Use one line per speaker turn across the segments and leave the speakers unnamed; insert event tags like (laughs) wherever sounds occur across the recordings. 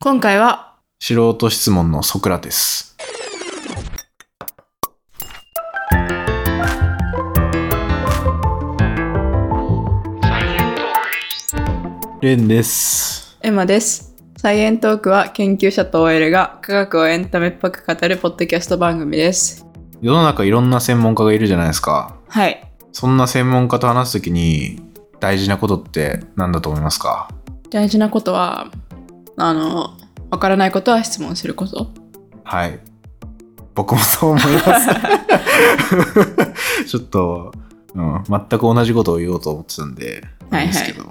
今回は、
素人質問のソクラテス。レンです。
エマです。サイエントークは研究者と OL が科学をエンタメっぽく語るポッドキャスト番組です。
世の中いろんな専門家がいるじゃないですか。
はい。
そんな専門家と話すときに大事なことって何だと思いますか
大事なことは、あの、わからないことは質問すること。
はい。僕もそう思い
(laughs)
ます。ちょっと、うん、全く同じことを言おうと思ってたんで、
はいはい
なんですけど、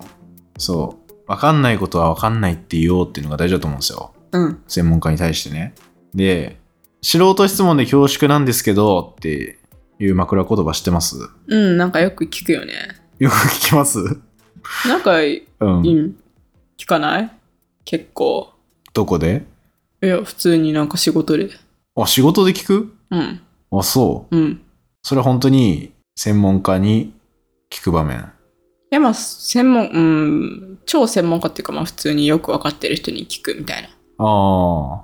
そう、わかんないことはわかんないって言おうっていうのが大事だと思うんですよ。
うん。
専門家に対してね。で、素人質問で恐縮なんですけどっていう枕言葉知ってます
うん、なんかよく聞くよね。
よく聞きます
なんか、うん、
うん。
聞かない結構。
どこで
いや、普通になんか仕事で。
あ、仕事で聞く
うん。
あ、そう。
うん。
それは本当に専門家に聞く場面。
いや、まあ、専門、うん、超専門家っていうか、まあ、普通によくわかってる人に聞くみたいな。
ああ。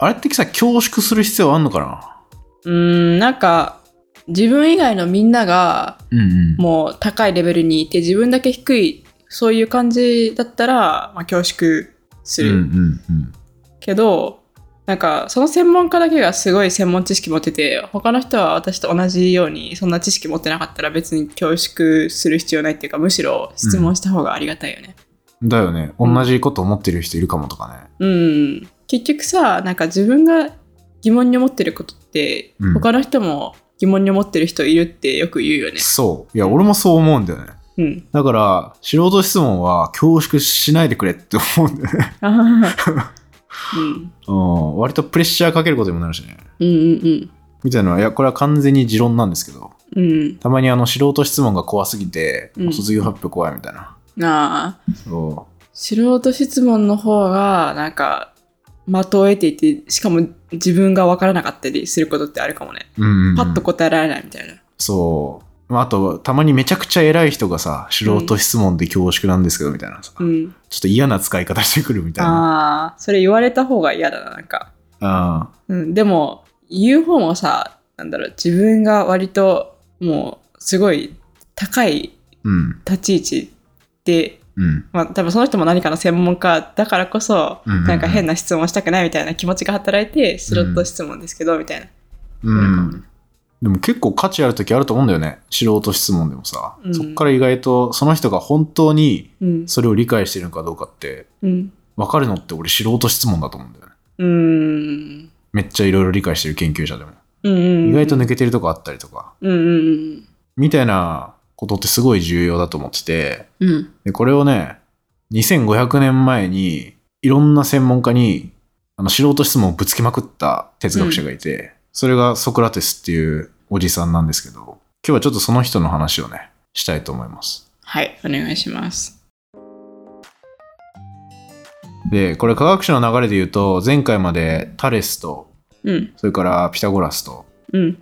あれってさ、恐縮する必要あんのかな
うーん、なんか、自分以外のみんなが、
うんうん。
もう高いレベルにいて、自分だけ低い、そういう感じだったら、まあ、恐縮す
うんう
る。
んうん。
けど、なんか、その専門家だけがすごい専門知識持ってて、他の人は私と同じように、そんな知識持ってなかったら別に恐縮する必要ないっていうか、むしろ質問した方がありがたいよね。
だよね。
うん
同じこと思ってる人いるかもとか
う
ね。
ん、結局さなんか自分が疑問に思ってることって、
うん
他の人も疑問に思ってる人いるってよく言うよね。
そう。いや、俺もそう思うんだよね。
うん、
だから、素人質問は恐縮しないでくれって思うんだよね。
あははうん
うん。割とプレッシャーかけることにもなるしね。
うんうん
みたいなのは、いや、これは完全に持論なんですけど、
うん
たまにあの、素人質問が怖すぎて、
うん
卒業発表怖いみたいな。
うん。なあ
そ
素人質問の方がなんか的を得ていてしかも自分が分からなかったりすることってあるかもね。
う。うんうんうん、
パッと答えられないみたいな。
そう。まあ、あと、たまにめちゃくちゃ偉い人がさ、素人質問で恐縮なんですけど、みたいなさ、
う
ちょ
ん、
っと嫌な使い方してくるみたいな。
ああそれ言われた方が嫌だななんか。
あ
うん、でも言う方もさなんだろう自分が割ともうすごい高い
うん、
立ち位置で、
うん、
まあ、多分その人も何かの専門家だからこそ、
うんうんうん
なんか変な質問したくないみたいな気持ちが働いてスロット質問ですけど、みたいな。
うん。でも結構価値ある時あると思うんだよね。素人質問でもさ。
うん
そっから意外と、その人が本当に
うん
それを理解してるのかどうかって、
うん
分かるのって俺素人質問だと思うんだよね。
うん
めっちゃいろいろ理解してる研究者でも。
うんうん
意外と抜けてるとこあったりとか。
うんうん
みたいなことってすごい重要だと思ってて、
うんうん
で、これをね、2500年前に、いろんな専門家に、あの、素人質問をぶつけまくった哲学者がいて、それがソクラテスっていうおじさんなんですけど、今日はちょっとその人の話をね、したいと思います。
はいお願いします
で、これ科学者の流れで言うと、前回までタレスと、
うん
それからピタゴラスと
うん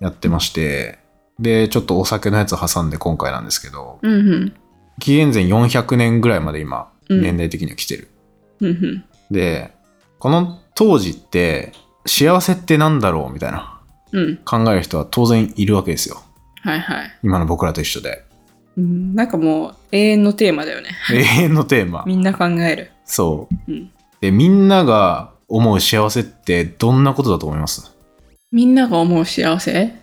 やってまして、で、ちょっとお酒のやつ挟んで今回なんですけど、
うんうん
紀元前400年ぐらいまで今、
うん
年代的には来てる。
うん
でこの当時って幸せってなんだろうみたいな
うんうん
考える人は当然いるわけですよ
はいはい、
今の僕らと一緒で
うん、なんかもう永遠のテーマだよね
永遠のテーマ
みんな考える
そう
うん
でみんなが思う幸せってどんなことだと思います
みんなが思う幸せ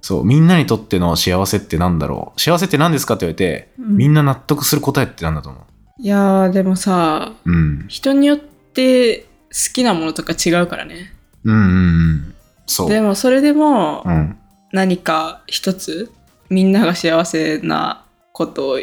そうみんなにとっての幸せってなんだろう幸せって何ですかって言われて、
うん
みんな納得する答えってなんだと思
いやーでもさ
う、うん、
人によって好きなものとか違うからね
うんうんうんそう
でもそれでも
うん
何か一つみんなが幸せなことを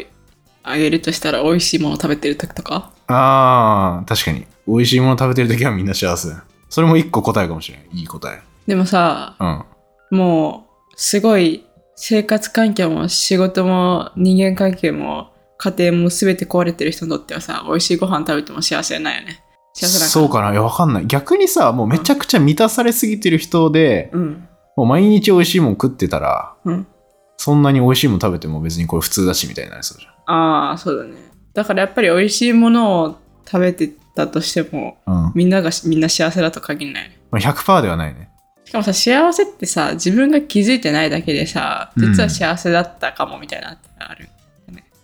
あげるとしたら美味しいもの食べてる時とか
あー確かに美味しいもの食べてる時はみんな幸せそれも一個答えかもしれないいい答え
でもさ
うん
もうすごい生活環境も仕事も人間関係も家庭も全て壊れてる人にとってはさ美味しいご飯食べても幸せないよね幸せだから
そうかないやわかんない逆にさもうめちゃくちゃ満たされすぎてる人で、
うん
もう毎日美味しいもん食ってたら
うん
そんなに美味しいもん食べても別にこれ普通だしみたいになりそうじゃん
ああそうだねだからやっぱり美味しいものを食べてたとしても
うん。ま
みんながみんな幸せだと限らない
あ、100%ではないね。
しかもさ幸せってさ自分が気づいてないだけでさ
うん
実は幸せだったかもみたいなのってある、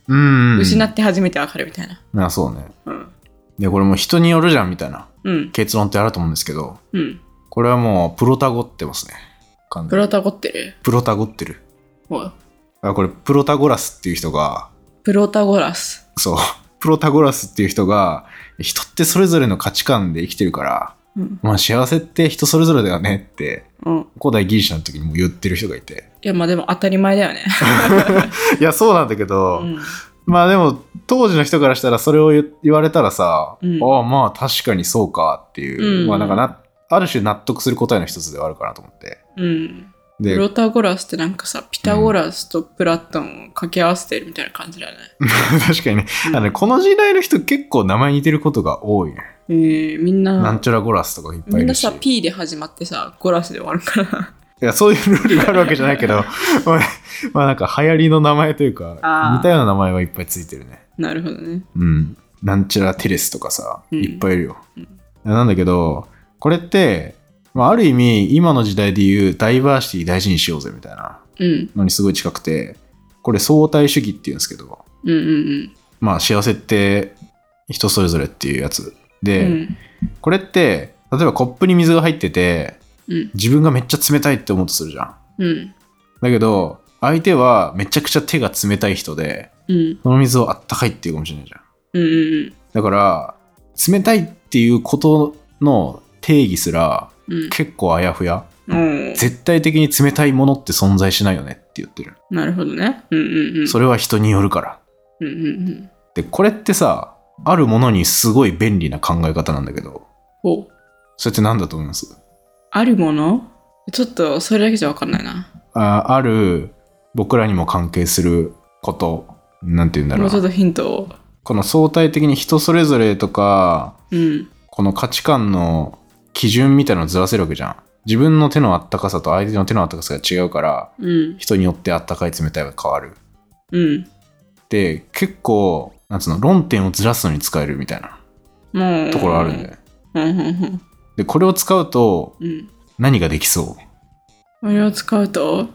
うん、うん。
失って初めてわかるみたいな
まあそうね。
うん
で、これもう人によるじゃんみたいな
うん
結論ってあると思うんですけど、
うん
これはもうプロタゴってますね。完
プ
全に
ロタゴってる
プロタゴってる。
おい
あこれプロタゴラスっていう人が、
プロタゴラス
そう、プロタゴラスっていう人が、人ってそれぞれの価値観で生きてるから、
うん
まあ幸せって人それぞれだよねって、
うん
古代ギリシャの時にも言ってる人がいて。
いやまあでも当たり前だよね、
いや、そうなんだけ
う
ど、
ん、
まあでも当時の人からしたらそれを言言われたらさ、
うん
ああまあ確かにそうかっていう、
うん
まあなんかなある種納得する答えの一つではあるかなと思って
うん、
で
プロタゴラスってなんかさピタゴラスとプラトンを掛け合わせてるみたいな感じだね、
(laughs) 確かにねあのねこの時代の人結構名前似てることが多いね、
えー、みん
なん
な
ちゃらゴラスとかいっぱい
み
い
んな
るし
さ P で始まってさゴラスで終わるから
いやそういうルールがあるわけじゃないけど (laughs) まあまあなんか流行りの名前という
あ
か
ー
似たような名前はいっぱいついてるね
なるほどね
うんなんちゃらテレスとかさ
うん
いっぱいいるよ、
うん
なんだけどこれって、まあ、ある意味今の時代でいうダイバーシティ大事にしようぜみたいな
うん
のにすごい近くてこれ相対主義っていうんですけど
うんうん
まあ幸せって人それぞれっていうやつ
うん
で、
うん
これって例えばコップに水が入ってて
うん
自分がめっちゃ冷たいって思うとするじゃん
うん
だけど相手はめちゃくちゃ手が冷たい人で
うん
その水をあったかいっていうかもしれないじゃん
うんうん
だから冷たいっていうことの定義すら
うん
結構あやふや
うん
絶対的に冷たいものって存在しないよねって言ってる、
なるほどねうんうんうん
それは人によるから
うんうんうん
でこれってさあるものにすごい便利な考え方なんだけど
お
それって何だと思います
あるものちょっとそれだけじゃわかんないな
あある僕らにも関係することなんて言うんだろ
もう
う
ちょっ
な
とヒントを
この相対的に人それぞれとか
うん
この価値観の基準みたいなのをずらせるわけじゃん自分の手のあったかさと相手の手のあったかさが違うから
うん
人によってあったかい冷たいは変わる
うん
で結構なんつうの論点をずらすのに使えるみたいな
もう
ところあるんだよね
うんうんうん
でこれを使うと
うん
何ができそう
これを使うと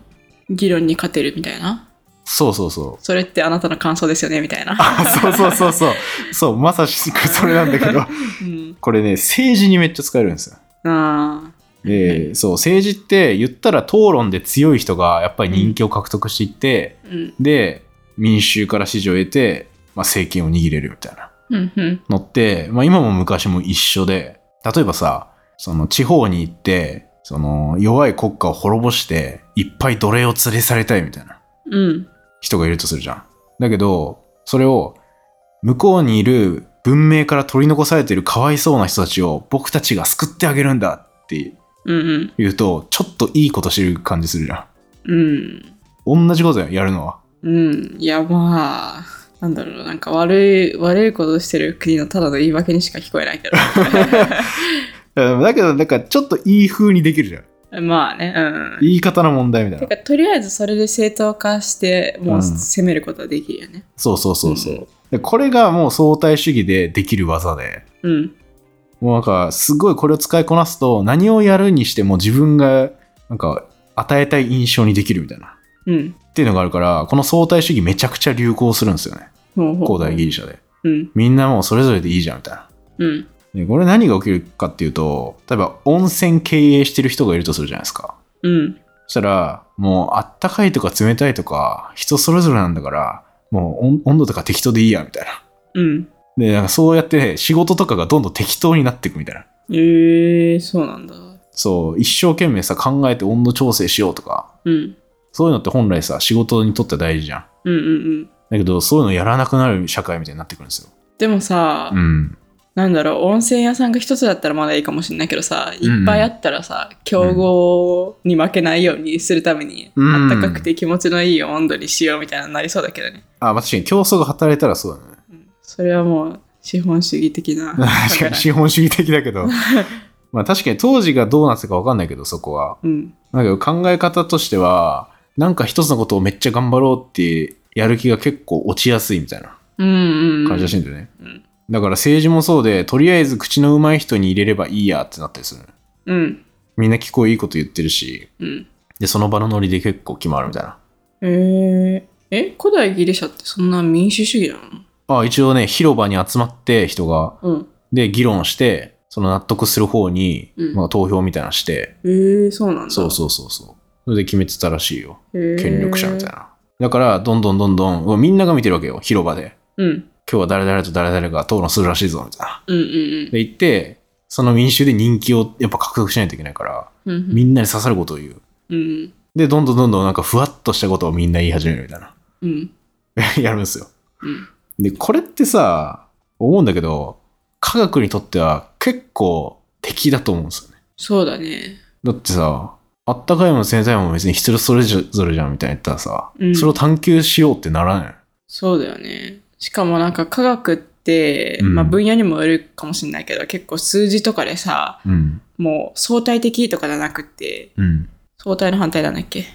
議論に勝てるみたいな
そうそうそう
それってあなたの感想ですよねみたいな
(laughs) あそうそうそうそうそうまさしくそれなんだけ (laughs) ど
(laughs) うん
これね政治にめっちゃ使えるんですよ
あ
でそう政治って言ったら討論で強い人がやっぱり人気を獲得していって、
ーうん
で民衆から支持を得て、まあ、政権を握れるみたいな
うんうん
のって、まあ、今も昔も一緒で例えばさその地方に行ってその弱い国家を滅ぼしていっぱい奴隷を連れ去りたいみたいな
うん
人がいるとするじゃん。だけどそれを向こうにいる文明から取り残されているかわいそうな人たちを僕たちが救ってあげるんだって
うんうん
言うとちょっといいことしてる感じするじゃん。
うん
同じことややるのは。
うん、いやまあ、なんだろう、なんか悪い、悪いことしてる国のただの言い訳にしか聞こえないけ
うんだけどなんかちょっといい風にできるじゃん。
ど。まあね、うん。
言い方の問題みたい
て
な。
か、とりあえずそれで正当化して、もううん攻めることはできるよね。
そうそうそうそう。
うん
でこれがもう相対主義でできる技で。
うん。
もうなんかすごいこれを使いこなすと何をやるにしても自分がなんか与えたい印象にできるみたいな。
うん。
っていうのがあるからこの相対主義めちゃくちゃ流行するんですよね
ほうほう
古代ギリシャで
うん。
みんなもうそれぞれでいいじゃんみたいな
うん。
でこれ何が起きるかっていうと例えば温泉経営してる人がいるとするじゃないですか
うん。
そしたらもうあったかいとか冷たいとか人それぞれなんだからもう温温度とか適当でいいやみたいな
うん。
でなんかそうやって仕事とかがどんどん適当になっていくみたいな
ええー、そうなんだ。
そう一生懸命さ考えて温度調整しようとか
うん。
そういうのって本来さ仕事にとっては大事じゃん
うんうんうん。
だけどそういうのやらなくなる社会みたいになってくるんですよ
でもさ、
うん
なんだろう、温泉屋さんが一つだったらまだいいかもしれないけどさ、
んうん
いっぱいあったらさ、競合に負けないようにするために、
うん
あったかくて気持ちのいい温度にしようみたいなのになりそうだけどね。
あ、まあ確かに競争が働いたらそうだね。
うんそれはもう資本主義的な。
(laughs) 確かに資本主義的だけ (laughs) ど。まあ確かに当時がどうなってたか分かんないけど、そこは。
うん。
だけど考え方としては、なんか一つのことをめっちゃ頑張ろうってやる気が結構落ちやすいみたいな
うんうんうん。
感じらしいんだよね。
うん
だから政治もそうで、とりあえず口の上手い人に入れればいいやってなったりする。
うん。
みんな聞こえいいこと言ってるし、
うん。
で、その場のノリで結構決まるみたいな。
えー、え、古代ギリシャってそんな民主主義な
あ一応ね、広場に集まって人が、
のうん。
で、議論して、その納得する方に、
うん
まあ、投票みたいなのして、
えー、そうなんだ。
そうそうそうそう。それで決めてたらしいよ。
へー
権力者みたいな。だから、どんどんどんどんうわ、みんなが見てるわけよ、広場で。
うん。
今日は誰々と誰々が討論するらしいぞ、みたいな。
うんうん
で、行って、その民衆で人気をやっぱ獲得しないといけないから、
うん。うん
みんなに刺さることを言う。
うん。
で、どんどんどんどんなんかふわっとしたことをみんな言い始めるみたいな。
うん。
(laughs) やるんですよ。
うん。
で、これってさ、思うんだけど、科学にとっては結構敵だと思うんですよね。
そうだね。
だってさ、あったかいも冷たいも別に人それぞれじゃんみたいな言ったらさ、
うん
それを探求しようってならない。
そうだよね。しかもなんか科学って、
うん
まあ分野にもよるかもしれないけど、結構数字とかでさ、
うん。
もう相対的とかじゃなくて、
うん。
相対の反対なんだっけ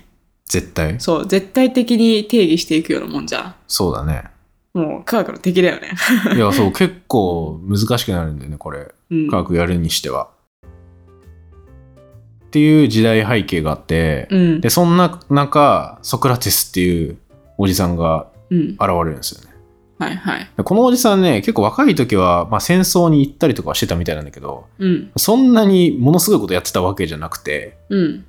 絶対。
そう、絶対的に定義していくようなもんじゃ
そうだね。 (laughs)
ん。もう科学の敵だよね。 (laughs)
いや、そう、結構難しくなるんだよね、これ。
うん。
科学やるにしては。っていう時代背景があって、
うん
で、。そんな中、ソクラテスっていうおじさんが
うん。
現れるんですよね。
はいはい。
でこのおじさんね、結構若い時は、まあ、戦争に行ったりとかはしてたみたいなんだけど、
うん。
そんなにものすごいことやってたわけじゃなくて、
うん。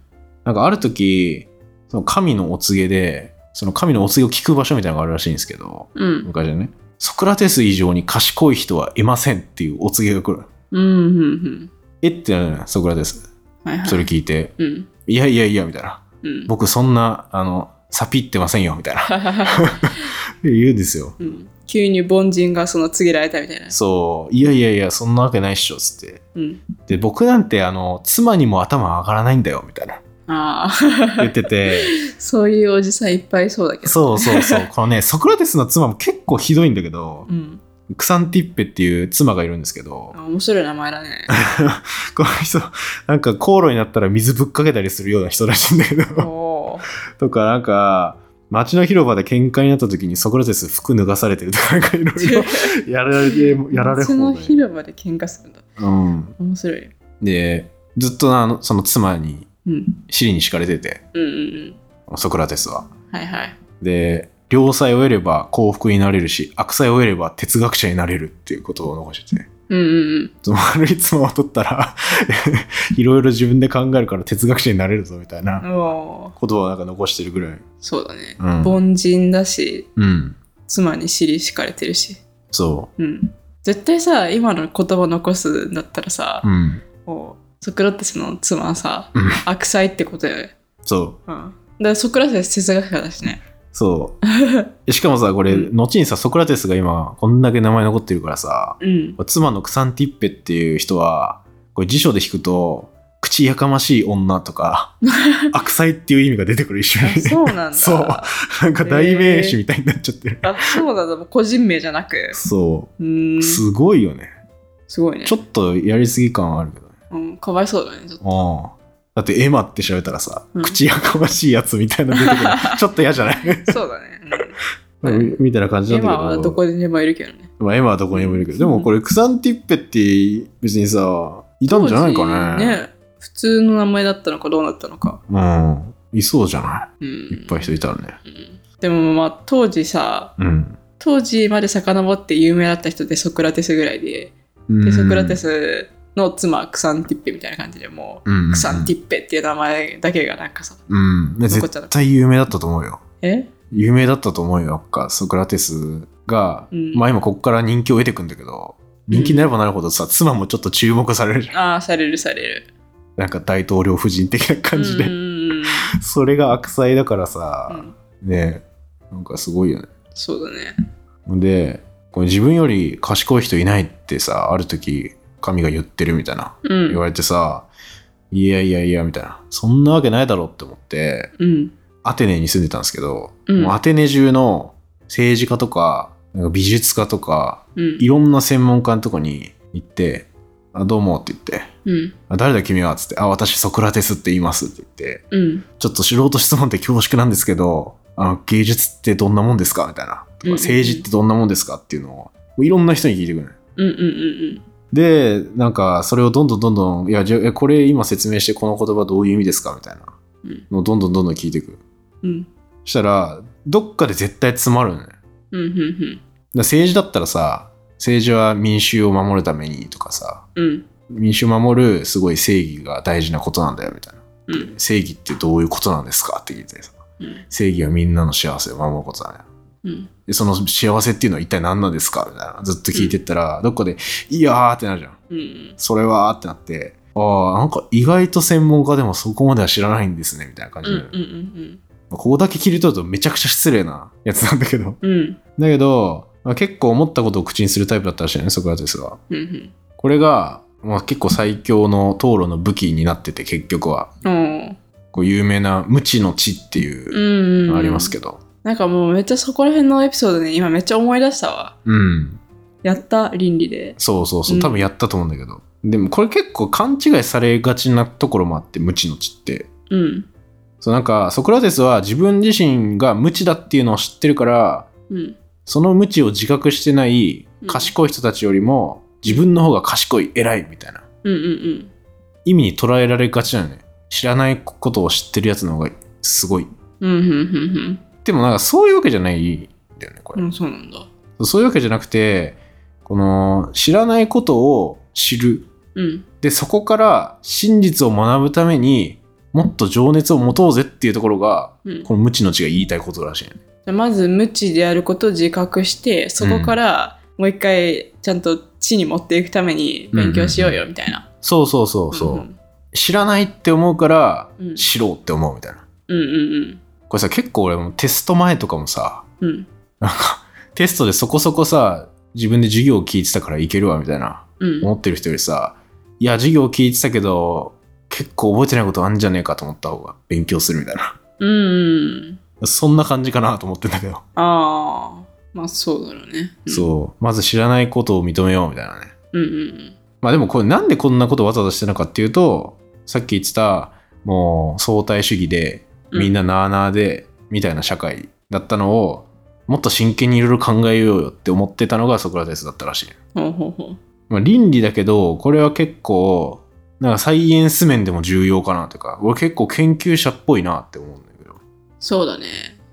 なんかある時、その神のお告げで、その神のお告げを聞く場所みたいなのがあるらしいんですけど、
うん。
昔はね、ソクラテス以上に賢い人はいませんっていうお告げが来る。
うん。うん。うん。
えってなるのよソクラテス。
はいはい。
それ聞いて、
うん。
いやいやいや、みたいな。
うん。 (laughs)
僕そんな、あの、サピってませんよ、みたいな。 (laughs) 言うんですよ。
うん急に凡人がその告げられたみたいな。
そう、いやいやいや、そんなわけないっしょ、つって。
うん。
で、僕なんて、あの、妻にも頭上がらないんだよ、みたいな。
ああ、
言ってて、
(laughs) そういうおじさんいっぱいそうだけど。
そうそうそう。このね、ソクラテスの妻も結構ひどいんだけど、
うん。
クサンティッペっていう妻がいるんですけど、
あ面白い名前だ
(laughs)
ね。
この人、なんか口論になったら水ぶっかけたりするような人らしいんだけ
お
ど、
おー。
とかなんか、街の広場で喧嘩になった時にソクラテス服脱がされてるとか、なんかいろいろやられて、やられ
そ
放
の
題。
広場で喧嘩するんだ。
うん。
面白い。
で、ずっとあのその妻に
うん。
尻に敷かれてて、
うんうん
ソクラテスは。
うん。はいはい。
で、良妻を得れば幸福になれるし、悪妻を得れば哲学者になれるっていうことを残してて、
うんうん
その (laughs) 悪い妻を取ったら、 (laughs) いろいろ自分で考えるから哲学者になれるぞみたい
うん。
な
おお。
ことをなんか残してるぐらい。
そうだね。
うん。
凡人だし、
うん。
妻に尻敷かれてるし。
そ
うん。絶対さ、今の言葉残すんだったらさ
う。、うん。
こうソクラテスの妻はさ
うん、
悪妻ってことだよね。
そう。
うん。だからソクラテス哲学家だしね。 (laughs)
そう。しかもさ、これ、
う
後にさ、ソクラテスが今、こんだけ名前残ってるからさ、 (laughs)
うん。
妻のクサンティッペっていう人は、これ辞書で引くと、口やかましい女
(laughs)
とか、悪妻っていう意味が出てくる一緒
あ
に。
そうなんだ。
そうなんか代名詞みたいになっちゃってる。
あ、そうなんだ。もう個人名じゃなく。
そうう。
ーん。す
すごいよね。
ごいね。
ちょっとやりすぎ感はあるけどね。
うん、かわいそうだね。ちょっと
ああ。だってエマって調べたらさ、
うん
口やかましいやつみたいなの出てくる。ちょっと嫌じゃ
(laughs)
ない (laughs)
そうだね。
みみたいな感じ
うん、
なんだけ
今
ど。
はどこでもいるけどね。
まあ、エマはどこにもいるけど。で
う
も
ん
これ、クサンティッペって別にさ、いたんじゃないかね。
ね。普通の名前だったのかどうなったのか。
うん。いそうじゃな
うん。
いいっぱい人いたらね。
うんでもまあ当時さ、
うん。
当時まで遡って有名だった人でソクラテスぐらいで、
う
で
ん
ソクラテ、スの妻クサンティッペみたいな感じでも
うんうんう
う、
ん
クサンティッペっていう名前だけがなんかさ、
うん。ね
残っちゃった
絶対有名だったと思うよ。
え
有名だったと思うよ。なんかソクラテスが、
うん
まあ今こっから人気を得てくんだけど、人気になればなるほどさ、妻もちょっと注目されるじゃん。
ああ、されるされる。
なんか大統領夫人的な感じで。
うんうんうん
それが悪妻だから
うんう
さ、
ん。
ねなんかすごいよね。
そうだね。
で、これ自分より賢い人いないってさ、ある時、神が言ってるみたいな。
うん。
言われてさ、いやいやいや、みたいな。そんなわけないだろうって思って、
うん。
アテネに住んでたんですけど、
うん
もうアテネ中の政治家とか、なんか美術家とか、
うん
いろんな専門家のとこに行って、あどうもって言って、
うん。
あ誰だ君はつって、あ、私ソクラテスって言いますって言って、
うん。
ちょっと素人質問って恐縮なんですけど、あの芸術ってどんなもんですかみたいな。
うん
と
うんう
か
ん
政治ってどんなもんですかっていうのを、もういろんな人に聞いてくる。
ううんうんうん
で、なんか、それをどんどんどんどん、いや、じゃえこれ今説明してこの言葉どういう意味ですかみたいな
うん
のをどんどんどんどん聞いていく。
うんうん
したら、どっかで絶対詰まるのね。だか
うんうん
ら政治だったらさ、政治は民衆を守るためにとかさ、
うんうん
民衆を守るすごい正義が大事なことなんだよみたいな。
うん
正義ってどういうことなんですかって聞いてさ、
うん
正義はみんなの幸せを守ることだね。
うん
で、その幸せっていうのは一体何なんですかみたいな。ずっと聞いてったら、どっかで、いやーってなるじゃん。
うん
それはーってなって、ああ、なんか意外と専門家でもそこまでは知らないんですね、みたいな感じ
う
で。
んうん
ここだけ切り取るとめちゃくちゃ失礼なやつなんだけど。 (laughs)
うんうん
だけど、まあ、結構思ったことを口にするタイプだったらしいのね、ソクラテスが。
うん
これが、まあ、結構最強の討論の武器になってて、結局は。
うんおー
こう有名な無知の知って
う
いうん
う
の
ん
ありますけど。
なんかもうめっちゃそこら辺のエピソードね今めっちゃ思い出したわ
うん。
やった倫理で
そうそうそうう。
ん
多分やったと思うんだけど。でもこれ結構勘違いされがちなところもあって、無知の知って。
うん
そうなんかソクラテスは自分自身が無知だっていうのを知ってるから
うん
その無知を自覚してない
うん
賢い人たちよりも自分の方が賢い偉いみたいな
うんうん
意味に捉えられがちなのね知らないことを知ってるやつの方がすごい
うんうんうんうん
でもなんかそういうわけじゃないんだよねこ
う
れ、
んうんそうなんだ
そういうわけじゃなくてこの知らないことを知る
うん
でそこから真実を学ぶためにもっと情熱を持とうぜっていうところが
うん
この無知の知が言いたいことらしいね
まず無知であることを自覚してそこからもう一回ちゃんと地に持っていくために勉強しようよみたいな。
そうそうそうそう、
うん
知らないって思うから
うん
知ろうって思うみたいな、
うん
これさ結構俺もテスト前とかもさ
うんうん
なんかテストでそこそこさ自分で授業を聞いてたからいけるわみたいな
うん
思ってる人よりさいや授業聞いてたけど結構覚えてないことあんじゃねえかと思った方が勉強するみたいな
うんうん
そんな感じかなと思ってんだけど、
ああまあそうだろうね。うん
そうまず知らないことを認めようみたいなね
うんうん
まあでもこれなんでこんなことわざわざしてるのかっていうとさっき言ってたもう相対主義で
うん
みんななあなあでみたいな社会だったのをもっと真剣にいろいろ考えようよって思ってたのがソクラテスだったらしい。
ほうほうほう。
まあ、倫理だけどこれは結構なんかサイエンス面でも重要かなというか俺結構研究者っぽいなって思うんだけど。
そうだね。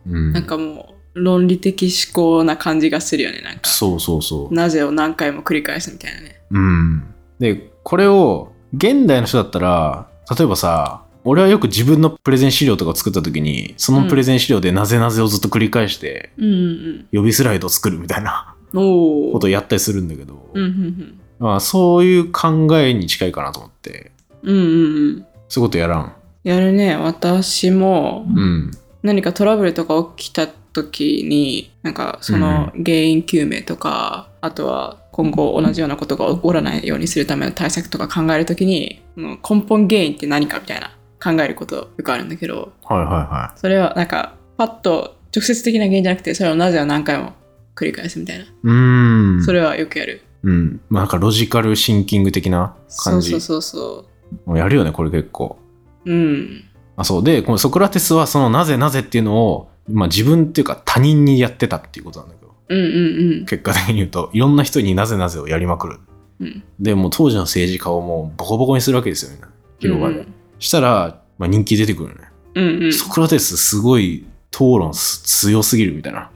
うん、
なんかもう論理的思考な感じがするよねなんか。
そうそうそう。
なぜを何回も繰り返すみたいなね。
うん。で、これを現代の人だったら、例えばさ、俺はよく自分のプレゼン資料とかを作った時に、そのプレゼン資料でなぜなぜをずっと繰り返して、
うんうん
予備スライドを作るみたいな
うん。おお。
ことをやったりするんだけど、
うんうん
まあ、そういう考えに近いかなと思って、
うん。うんうんうん。
そういうことやらん。
やるね私も
うん。
何かトラブルとか起きた時になんかその原因究明とか、あとは今後同じようなことが起こらないようにするための対策とか考える時にその根本原因って何かみたいな考えることよくあるんだけど
はいはいは
それはなんかパッと直接的な原因じゃなくてそれをなぜを何回も繰り返すみたいな、
い。うーん。
それはよくやる
うん。まあ、なんかロジカルシンキング的な
そ
感
う
じ。
そうそうそ
もうやるよね、これ結構。
ううん
あそうでこのソクラテスはそのなぜなぜっていうのを、まあ、自分っていうか他人にやってたっていうことなんだけど
うんうん
結果的に言うといろんな人になぜなぜをやりまくる
うんうん
でもう当時の政治家をもうボコボコにするわけですよみんな広がる、したら、まあ、人気出てくるよね、
うんうん (laughs)
ソクラテスすごい討論す強すぎるみたいな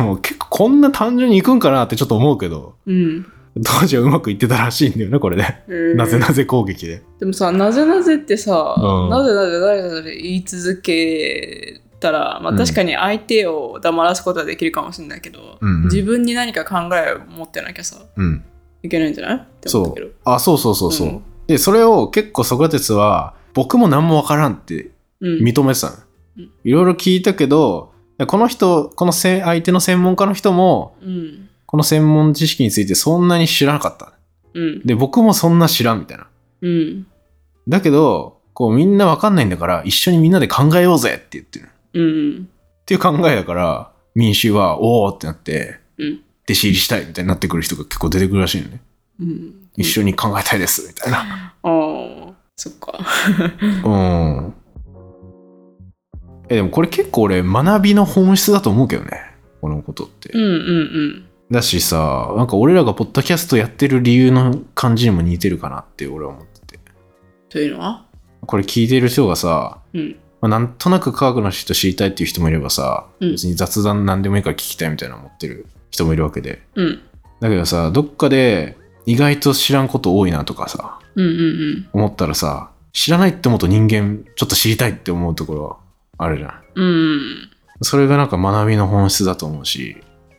もう結構こんな単純にいくんかなってちょっと思うけど
うん
当時はうまくいってたらしいんだよねこれで、
うん
なぜなぜ攻撃で
でもさ、なぜなぜってさ、
うん
なぜなぜなぜなぜ言い続けたら、まあ、
うん
確かに相手を黙らすことはできるかもしれないけど、
うんうん
自分に何か考えを持ってなきゃさ、
うん
いけないんじゃないって思ったけど。
あそうそうそうそう、
うん
でそれを結構ソクラテスは僕も何もわからんって
うん
認めてたの、
うん
いろいろ聞いたけどこの人このせ相手の専門家の人も
うん。
この専門知識についてそんなに知らなかった
うん。
で僕もそんな知らんみたいな
うん。
だけどこうみんなわかんないんだから一緒にみんなで考えようぜって言ってるっ
うん。
ていう考えだから民衆はおおってなって
うん。
弟子入りしたいみたいになってくる人が結構出てくるらしいのね、
うん。
一緒に考えたいですみたいな
ああ、そっか。
うん。え、でもこれ結構俺、学びの本質だと思うけどね。このことって。
うんうん
だしさ、なんか俺らがポッドキャストやってる理由の感じにも似てるかなって俺は思ってて。
というのは
これ聞いてる人がさ、
うん。
まあなんとなく科学の人知りたいっていう人もいればさ、
うん
別に雑談何でもいいから聞きたいみたいなの持ってる人もいるわけで。
うん。
だけどさ、どっかで意外と知らんこと多いなとかさ、
うんうん
思ったらさ、知らないって思うと人間ちょっと知りたいって思うところあるじゃん。
うん。うん。
それがなんか学びの本質だと思うし、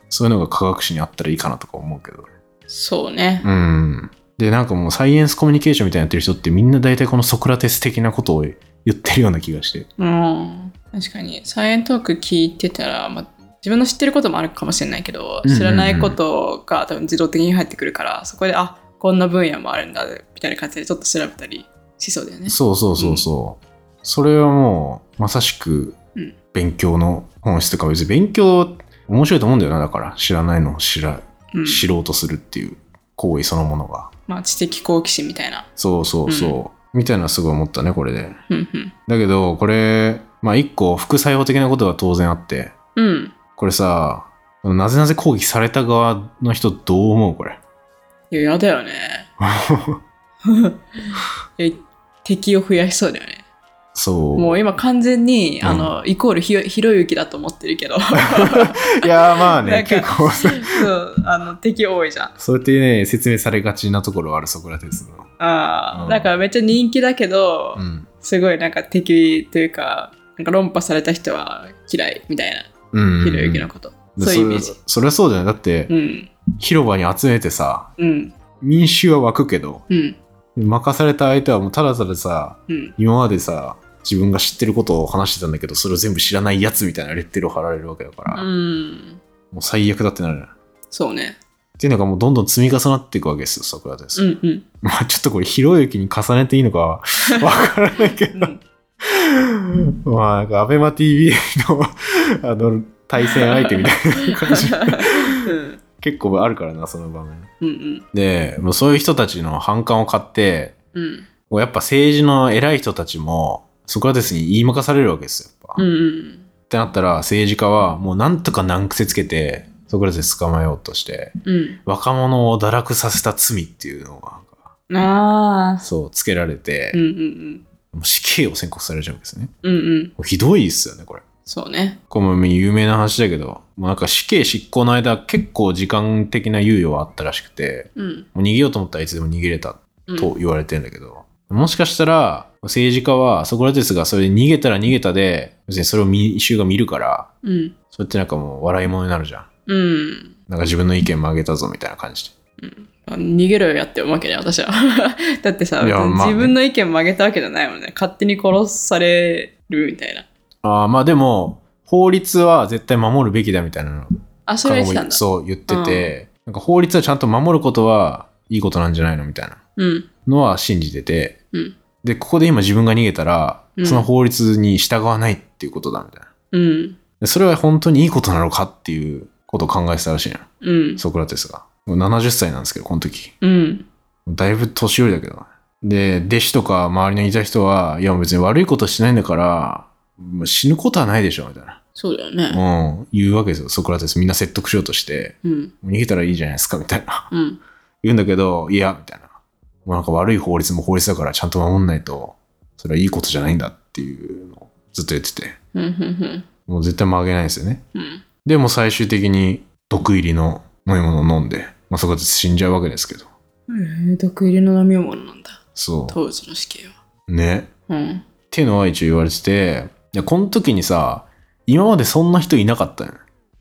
そういうのが科学史にあったらいいかなとか思うけど。
そうね。
うん。で、なんかもうサイエンスコミュニケーションみたいなのやってる人ってみんな大体このソクラテス的なことを言ってるような気がして。
うん。確かに、サイエントーク聞いてたら、まあ、自分の知ってることもあるかもしれないけど、
うんうんうん
知らないことが多分自動的に入ってくるから、そこで、あこんな分野もあるんだ、みたいな感じでちょっと調べたりしそうだよね。
そうそうそうそう。それはもうまさしく
うん
勉強の本質とか別に勉強面白いと思うんだよな、だから知らないのを知ら、
うん、
知ろうとするっていう行為そのものが。
まあ、知的好奇心みたいな。
そうそうそう。みたいなのはすごい思ったね、これで。
うんうん。
だけど、これ、まあ一個副作用的なことが当然あって、
うん。
これさ、なぜなぜ攻撃された側の人どう思うこれ。
いや、やだ
(laughs)
よね。いや敵を増やしそうだよね。
そう。
もう今完全に、
うん
あの、イコールひろひろゆきだと思ってるけど、
いやーまあ
な
ね
ん、か
結構、
そう、あの、敵多いじゃん。
そうやってね、説明されがちなところはある、ソクラテスの。
ああ、
うん
なんかめっちゃ人気だけど、
うん。
すごいなんか敵というか、なんか論破された人は嫌いみたいな、
うん。
ひろゆきのこと。そういうイメージ
そ。それはそうじゃない。だって、
うん、
広場に集めてさ、
うん、
民衆は湧くけど、
うん、
任された相手はもうただたださ、
うん。
今までさ、自分が知ってることを話してたんだけど、それを全部知らないやつみたいなレッテルを貼られるわけだから、
うん、
もう最悪だってなる。
そうね。
っていうのがもうどんどん積み重なっていくわけですよ、ソクラテス。
うん、うん
まあちょっとこれ、ひろゆきに重ねていいのかはわからないけ
う
ど、
ん。
まあなんか、アベマ TV のあの対戦相手みたいな感じ、
うん、
結構あるからな、その場面。
うん、
で、もうそういう人たちの反感を買って、
うん、
こうやっぱ政治の偉い人たちも、ソクラテスに言い任されるわけですよ、やっぱ。
うん、う
っ
ん、
てなったら、政治家はもうなんとか難癖つけて、ソクラテス捕まえようとして、
うん。
若者を堕落させた罪っていうのが、
うん、ああ、
そう、つけられて、
うん、うん、
もう死刑を宣告されちゃうんですね。
うん、うん、うん。
もうひどいっすよね、これ。
そうね。
これも有名な話だけど、もうなんか死刑執行の間、結構時間的な猶予はあったらしくて、
うん、
もう逃げようと思ったらいつでも逃げれた
うん。
と言われてんだけど、もしかしたら政治家はソクラテスがそれで逃げたら逃げたで、別にそれを民衆が見るから、
うん、
それってなんかもう笑い物になるじゃん。
うん。
なんか自分の意見曲げたぞみたいな感じで。
逃げろよやって思うわけね私は (laughs) だってさ、
いやまあね
自分の意見曲げたわけじゃないもんね勝手に殺されるみたいな
ああ、まあでも、法律は絶対守るべきだみたいなの
あそれは言ってたんだ
そう言ってて、なんか法律はちゃんと守ることはいいことなんじゃないのみたいな
うん
のは信じてて、
うん
で、ここで今自分が逃げたら、
うん
その法律に従わないっていうことだみたいな。
うん
でそれは本当にいいことなのかっていうことを考えてたらしいな、
うん
ソクラテスが。もう70歳なんですけど、この時。
うん
だいぶ年寄りだけどね。で、弟子とか周りにいた人は、いや別に悪いことしてないんだから、もう死ぬことはないでしょ、みたいな。
そうだよね
うん、言うわけですよ、ソクラテス。みんな説得しようとして。
うん
逃げたらいいじゃないですかみたいな
うん
言うんだけどいやみたいなもうなんか悪い法律も法律だからちゃんと守んないとそれはいいことじゃないんだっていうのをずっと言ってて
うんうん
もう絶対曲げないんですよね
うん
でもう最終的に毒入りの飲み物を飲んで、まあ、そこで死んじゃうわけですけど
うんえー毒入りの飲み物なんだ
そ
当時の死刑は
うね
うん
っていうのは一応言われてていやこの時にさ今までそんな人いなかったのよ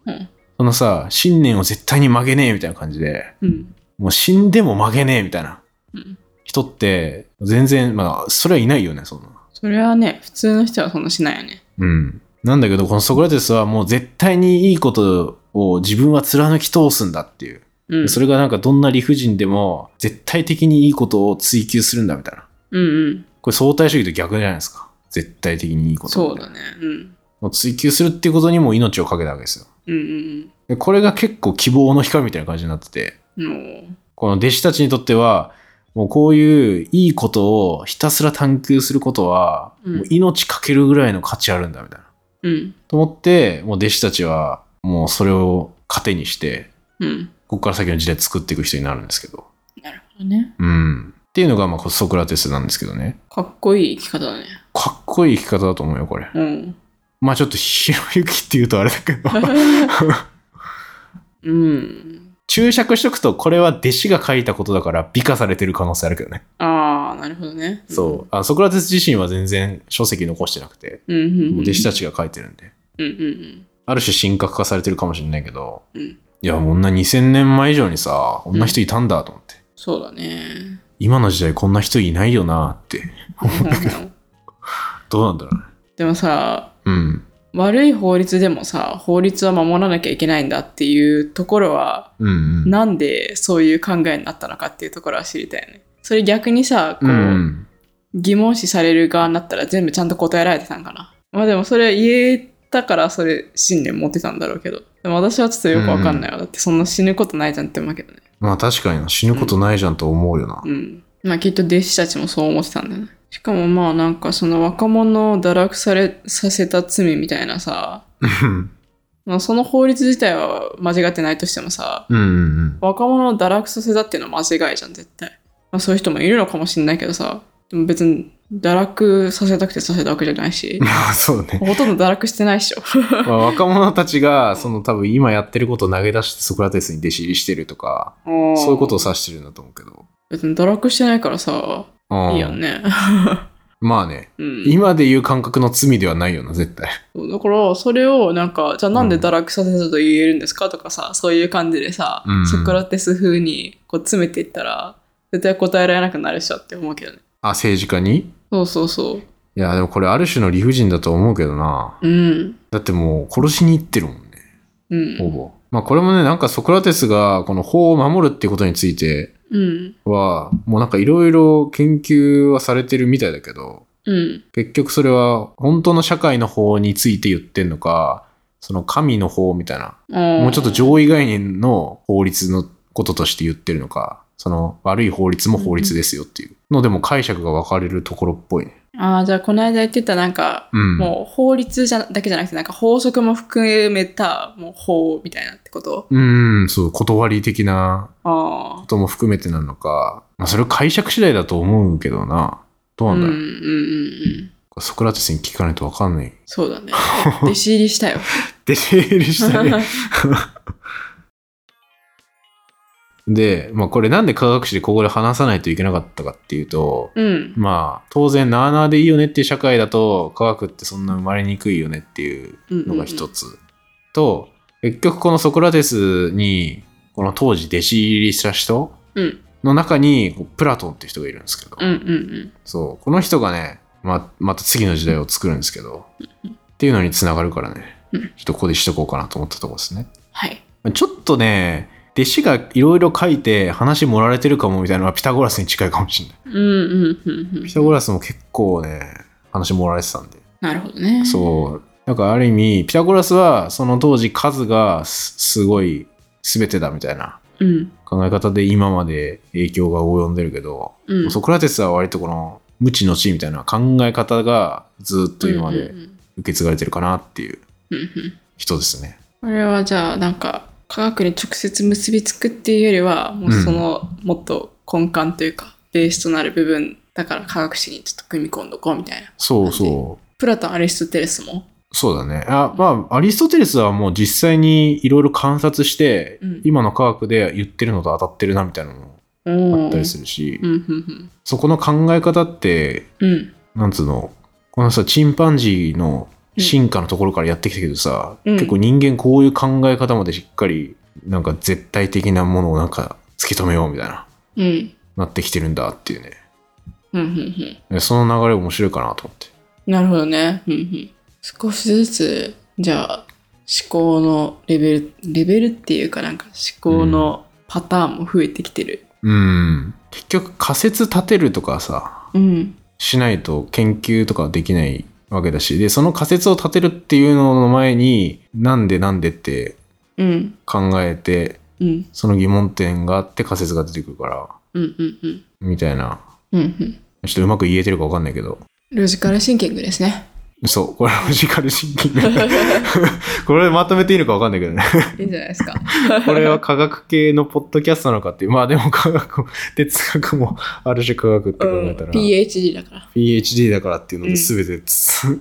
うん
そのさ信念を絶対に曲げねえみたいな感じで
うん
もう死んでも曲げねえみたいな
うん
人って、全然、まあ、それはいないよね、そんな。
それはね普通の人はそんなしないよね
うん。なんだけど、このソクラテスはもう絶対にいいことを自分は貫き通すんだっていう。
うん
それがなんかどんな理不尽でも、絶対的にいいことを追求するんだみたいな。
うんうん
これ相対主義と逆じゃないですか。絶対的にいいことを
そうだねうん
もう追求するっていうことにも命をかけたわけですよ。
うんうん
でこれが結構希望の光みたいな感じになってて、
うんも
この弟子たちにとっては、もうこういういいことをひたすら探求することは、
うん
もう命かけるぐらいの価値あるんだみたいな。
ううん
と思って、もう弟子たちはもうそれを糧にして、
うん
ここから先の時代作っていく人になるんですけど。
なるほどね。
うん。っていうのが、まあ、ソクラテスなんですけどね。
かっこいい生き方だね。
かっこいい生き方だと思うよ、これ。
うん。
まあ、ちょっと、ひろゆきって言うとあれだけど。
うん。
注釈しとくと、これは弟子が書いたことだから、美化されてる可能性あるけどね。
ああ、なるほどね。
そう。あソクラテス自身は全然書籍残してなくて、
うん。うんうん、うん。
もう弟子たちが書いてるんで。
うんうんうん。
ある種神格化されてるかもしれないけど、
うん
いや、もう女2000年前以上にさ、こんな人いたんだと思って。
そうだね。 (laughs)
今の時代こんな人いないよなって。どうなんだろうね。
でもさ、
うん。
悪い法律でもさ、法律は守らなきゃいけないんだっていうところは、
うんうん。
なんでそういう考えになったのかっていうところは知りたいよね。それ逆にさ、こ
う
う、
ん。
疑問視される側になったら全部ちゃんと答えられてたんかな。まあでもそれ言えたからそれ信念持ってたんだろうけど。でも私はちょっとよくわかんないわ。だってそんな死ぬことないじゃんって思うけどね。
まあ確かにな死ぬことないじゃんと思うよな。
うん。まあきっと弟子たちもそう思ってたんだよね。しかもまあなんかその若者を堕落され、させた罪みたいなさ、
(laughs)
まあ、その法律自体は間違ってないとしてもさ、
うんうんうん。
若者を堕落させたっていうのは間違いじゃん、絶対。まあそういう人もいるのかもしれないけどさ、でも別に堕落させたくてさせたわけじゃないし。
まあそうね。
ほとんど堕落してないっしょ。
まあ若者たちが、その多分今やってることを投げ出してソクラテスに弟子入りしてるとか、そういうことを
さ。
指してるんだと思うけど。
別に堕落してないからさ、
うん
いいよね。
まあね、
うん。
今で言う感覚の罪ではないよな、絶対。
そうだから、それをなんか、じゃあなんで堕落させたと言えるんですかとかさ、そういう感じでさ、
うん
ソクラテス風にこう詰めていったら、絶対答えられなくなるっしょって思うけどね。
あ、政治家に
そうそうそう。
いや、でもこれある種の理不尽だと思うけどな。
うん。
だってもう殺しに行ってるもんね、
う
ほ
ん。
ぼ。まあこれもね、なんかソクラテスがこの法を守るってことについて
うん。
は、もうなんかいろいろ研究はされてるみたいだけど、
うん。
結局それは本当の社会の法について言ってんのか、その神の法みたいな、も
も
うちょっと上位概念の法律のこととして言ってるのか、その悪い法律も法律ですよっていうのでも解釈が分かれるところっぽいね。
ああ、じゃあこの間言ってたなんか、
うん。
もう法律じゃだけじゃなくて、なんか法則も含めたもう法みたいなってこと
うん、そう、断り的な
ああ
こ。とも含めてなのか、まあ、それを解釈次第だと思うけどな。どうなんだろう。
うんうんうんうん。
ソクラテスに聞かないと分かんない。
そう
(laughs)
だね。弟子入りしたよ。
弟子入りしたね。 (laughs) で、まあ、これなんで科学史でここで話さないといけなかったかっていうと、
(laughs) うん。
まあ、当然、なあなあでいいよねっていう社会だと、科学ってそんな生まれにくいよねっていうのが一つ。と、結局このソクラテスに、この当時弟子入りした人
うん
の中に、こうプラトンって人がいるんですけど、
うんうん
そう。この人がね、ま、また次の時代を作るんですけど、っていうのにつながるからね
うん、
ちょっとここでしとこうかなと思ったところですね。
はい。
ちょっとね、弟子がいろいろ書いて話盛られてるかもみたいなのはピタゴラスに近いかもしれない。
うんうんうんうん
ピ。タゴラスも結構ね、話盛られてたんで。
なるほどね。
そう。なんかある意味、ピタゴラスはその当時数がすすごい全てだみたいな
う。うん。
考え方で今まで影響が及んでるけど、
うん。
ソクラテスは割とこの無知の知みたいな考え方がずっと今まで
うんうん
受け継がれてるかなっていう
うんうんうん
人ですね。
これはじゃあ、なんか、科学に直接結びつくっていうよりは、もうその、もっと根幹というか、ベースとなる部分だから科学史にちょっと組み込んどこうみたいな。
そうそ
プラトン、アリストテレスも。
う。そうだね。あまあ、アリストテレスはもう実際にいろいろ観察して、
うん
今の科学で言ってるのと当たってるなみたいなのもあ
あ
ったりす
る。
るし、
うんうん
そこの考え方って、
うん。うん。
なんつうの、このさ、チンパンジーの進化のところからやってきたけどさ、
うん
結構人間こういう考え方までしっかり、なんか絶対的なものをなんか突き止めようみたいな。
うん。
なってきてるんだっていうね。
うんうんうん。
でその流れ面白いかなと思って。
なるほどね。うんうん、少しずつ、じゃあ、思考のレベル、レベルっていうかなんか思考のパターンも増えてきてる。
うん。結局仮説立てるとかさ、
うん。
しないと研究とかできないわけだし、で、その仮説を立てるっていうのの前に、なんでなんでって
うん。
考えて、
うん。
その疑問点があって仮説が出てくるから、
うん。うん。うん。
みたいな。
うん。うん。
ちょっとうまく言えてるかわかんないけど。
ロジカルシンキングですね。
そう、これはロジカルシンキング。 (laughs) これでまとめていいのかわかんないけどね。
いいんじゃないですか。
これは科学系のポッドキャストなのかっていう。まあでも科学も、 (laughs) 哲学も、ある種科学って
う
考
ん
えたら、
PhD だから。
PhD だからっていうので全てつ、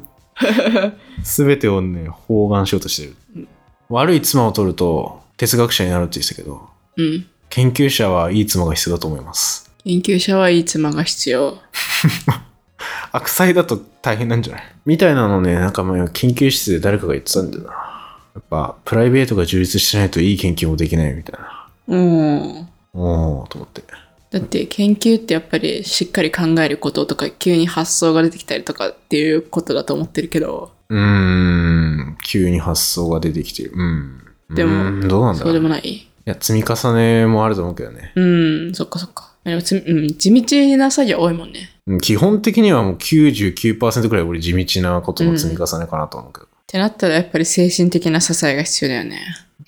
(laughs) 全てをね、包含しようとしてる。
うん
悪い妻を取ると哲学者になるって言ってたけど、
(laughs) うん。
研究者はいい妻が必要だと思います。
研究者はいい妻が必要。
悪妻だと大変なんじゃないみたいなのね、なんか前研究室で誰かが言ってたんだよな。やっぱ、プライベートが充実してないといい研究もできないみたいな。
うん。
おーと思って。
だって研究ってやっぱりしっかり考えることとか急に発想が出てきたりとかっていうことだと思ってるけど
うーん、急に発想が出てきてる。うん。
でも
うんどうなんだ
そ
ろ
う
う。
で
い
もない
や、積み重ねもあると思うけどね。
うんそっかそっかでもつうん、地道な作業多いもんね
うん基本的にはもう99%くらい俺地道なことの積み重ねかなと思うけど。
ってなったらやっぱり精神的な支えが必要だよね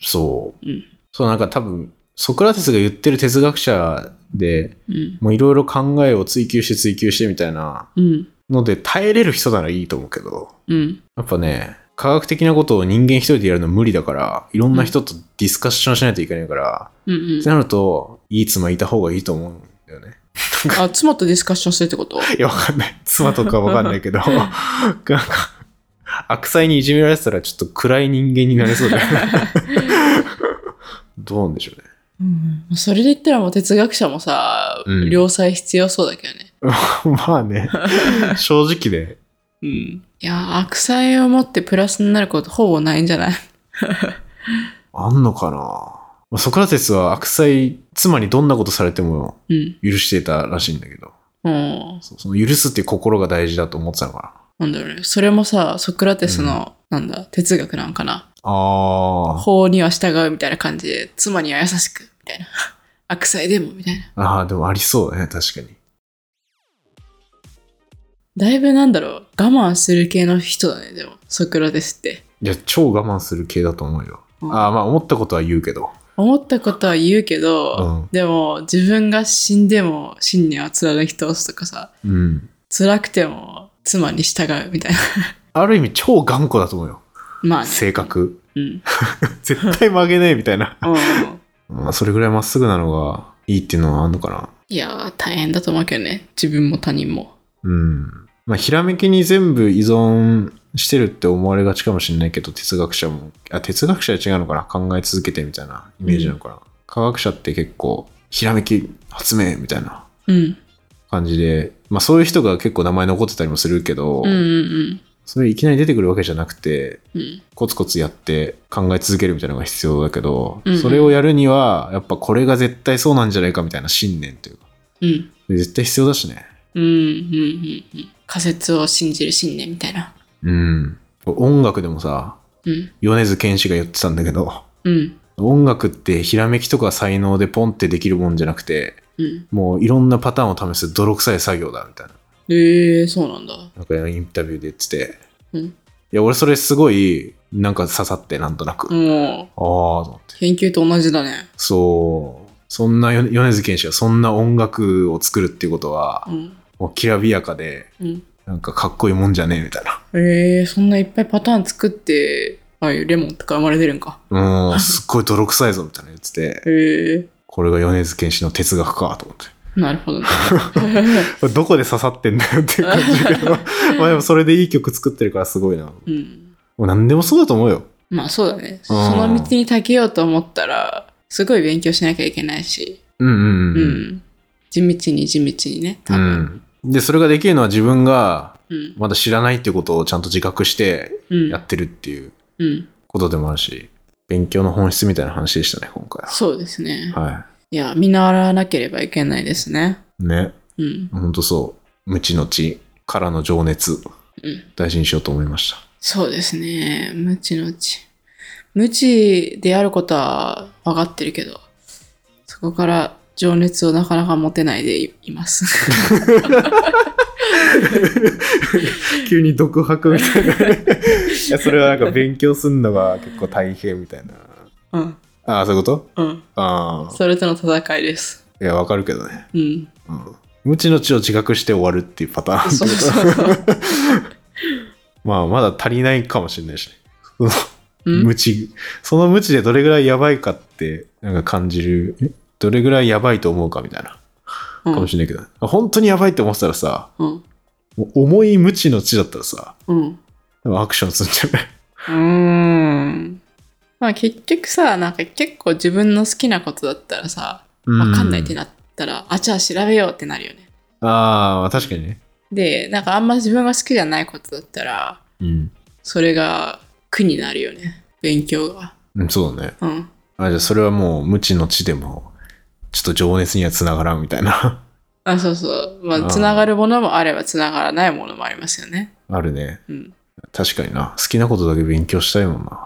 そう。
うん
そう、なんか多分、ソクラテスが言ってる哲学者で、
うん
もういろいろ考えを追求して追求してみたいな
うん
ので耐えれる人ならいいと思うけど、
うん
やっぱね、科学的なことを人間一人でやるの無理だから、いろんな人とディスカッションしないといけないから、
うん
(laughs)
うん
ってなると、いい妻いた方がいいと思うんだよね。
あ妻とディスカッションするってこと
いや、わかんない。妻とかわかんないけど、なんか、悪妻にいじめられてたらちょっと暗い人間になれそうだよね。どうなんでしょうね。
うんそれで言ったらもう哲学者もさ、
うん
両妻必要そうだけどね
まあね、正直で、
うんいや悪妻を持ってプラスになることほぼないんじゃない (laughs)
あんのかなまあソクラテスは悪妻、妻にどんなことされても
うん
許してたらしいんだけど、
うん
そうその許すっていう心が大事だと思ってたのか
な
な。
んだろうね。それもさ、ソクラテスの、なんだ、哲学なんかな。
あ
法には従うみたいな感じで、妻には優しく、みたいな。悪妻でも、みたいな。
あ、ああ、でもありそうだね、確かに。
だいぶなんだろう、我慢する系の人だね、でも、ソクラテスって。
いや、超我慢する系だと思うよ。
うん
ああ、まあ思ったことは言うけど。
思ったことは言うけど、
うん
でも、自分が死んでも、信念は貫き通すとかさ、
うん。
辛くても、妻に従うみたいな。 (laughs)
ある意味超頑固だと思うよ。
まあね。
性格。
うん。
絶対曲げねえみたいな。
うん
まあそれぐらいまっすぐなのがいいっていうのはあんのかな。
いやー、大変だと思うけどね。自分も他人も。
うん。まあ、ひらめきに全部依存してるって思われがちかもしれないけど、哲学者も、あ、哲学者は違うのかな考え続けてみたいなイメージなのかな、科学者って結構、ひらめき、発明みたいな
うん。
感じで、まあそういう人が結構名前残ってたりもするけど、
うんうん
それいきなり出てくるわけじゃなくて、
うん。うん。
コツコツやって考え続けるみたいなのが必要だけど、
うんうん
それをやるには、やっぱこれが絶対そうなんじゃないかみたいな信念というか、
うん。
絶対必要だしね。
うんうんうんうん仮説を信じる信念みたいな。
うん。音楽でもさ、
うん
米津玄師が言ってたんだけど
うん
音楽ってひらめきとか才能でポンってできるもんじゃなくて
うん。
もういろんなパターンを試す泥臭い作業だみたいな
えー、そうなんだ。
なんかインタビューで言ってて
うん。
いや俺それすごいなんか刺さってなんとなく、あ
も
あーと思って
う研究と同じだね。
そうそんな米米津玄師がそんな音楽を作るっていうことは
うん
もうきらびやかで
うん。
なんかかっこいいもんじゃねえみたいな
えー、そんないっぱいパターン作って、ああいうレモンとか生まれてるんか。
うんすっごい泥臭いぞみたいな言ってて
えー、
これが米津玄師の哲学かと思って
なるほ (laughs) どね。
どこで刺さってんだよっていう感じだけ (laughs) どまあでもそれでいい曲作ってるからすごいな。も
うん。
う何でもそうだと思うよ。
まあそうだね。その道にたけようと思ったら、すごい勉強しなきゃいけないし、
うん
う
うん
ん。地道に地道にね、多
う
分。
ん。で、それができるのは自分が
うん。
まだ知らないっていうことをちゃんと自覚して
うん
や。ってるっていう
うん。
ことでもあるし、勉強の本質みたいな話でしたね、今回
そうですね。
は。はい
や、見習わなければいけないですね。
い。ね。
うん。
ほんとそう。無知の知からの情熱、
うん。
大事にしようと思いました。
そうですね。無知の知。無知であることは分かってるけど、そこから情熱をなかなか持てないでいい
(laughs)
ます。
急に独白みたいな。 (laughs) いや、それはなんか勉強するのが結構大変みたいな。
うん。
ああ、そういうこと
うん。
ああ。
それとの戦いです。
いや、わかるけどね。 (laughs)
うん。
うん。無知の知を自覚して終わるっていうパターン。
そうそうそう。
(laughs) まあ、まだ足りないかもしれないしね。その
うん
無知、その無知でどれぐらいやばいかって、なんか感じる、えどれぐらいやばいと思うかみたいな、
う
か
ん
もしれないけど、本当にやばいって思ってたらさ、
うん
もう重い無知の知だったらさ、
うん
でもアクションするんじゃないう
ーんまあ結局さなんか結構自分の好きなことだったらさ分かんないって
な。
なったら、あじゃあ調べようってなるよね
ああ、確かにね。
でなんかあんま自分が好きじゃないことだったら
うん。
それが苦になるよね勉強が
うん、そうだね。
うん
あじゃあそれはもう無知の知でも、ちょっと情熱にはつながらんみたいな。 (laughs)
あそうそうま
あー
あつながるものもあればつながらないものもありますよね
あるね。
うん
確かにな。好きなことだけ勉強したいもんな。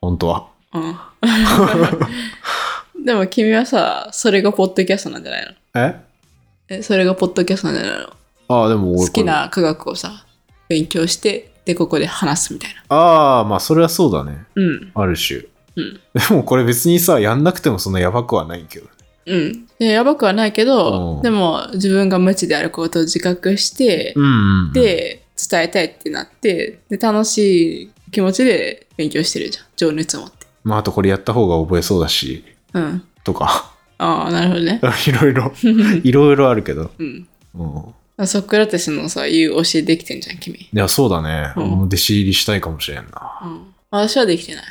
本当は。
うん (laughs) でも君はさそれがポッドキャストなんじゃないの
え
えそれがポッドキャストなんじゃないの
ああ、でも俺これ
好きな科学をさ勉強してでここで話すみたいな
ああ、まあそれはそうだね。
うん
ある種。
うん
でもこれ別にさ、やんなくてもそんなやばくはないけどね。
うんでやばくはないけど、
うん
でも自分が無知であることを自覚して、
うんうん、うん。
で伝えたいってなってで楽しい気持ちで勉強してるじゃん情熱を持って
まああとこれやった方が覚えそうだし、
うん
とか。 (laughs)
ああなるほどね
いろいろ、いろいろあるけど。
うん
うん。
ソクラテスのさ言う教えできてんじゃん君、
いや、そうだね。
うん
もう弟子入りしたいかもしれんな。
うん、私はできてない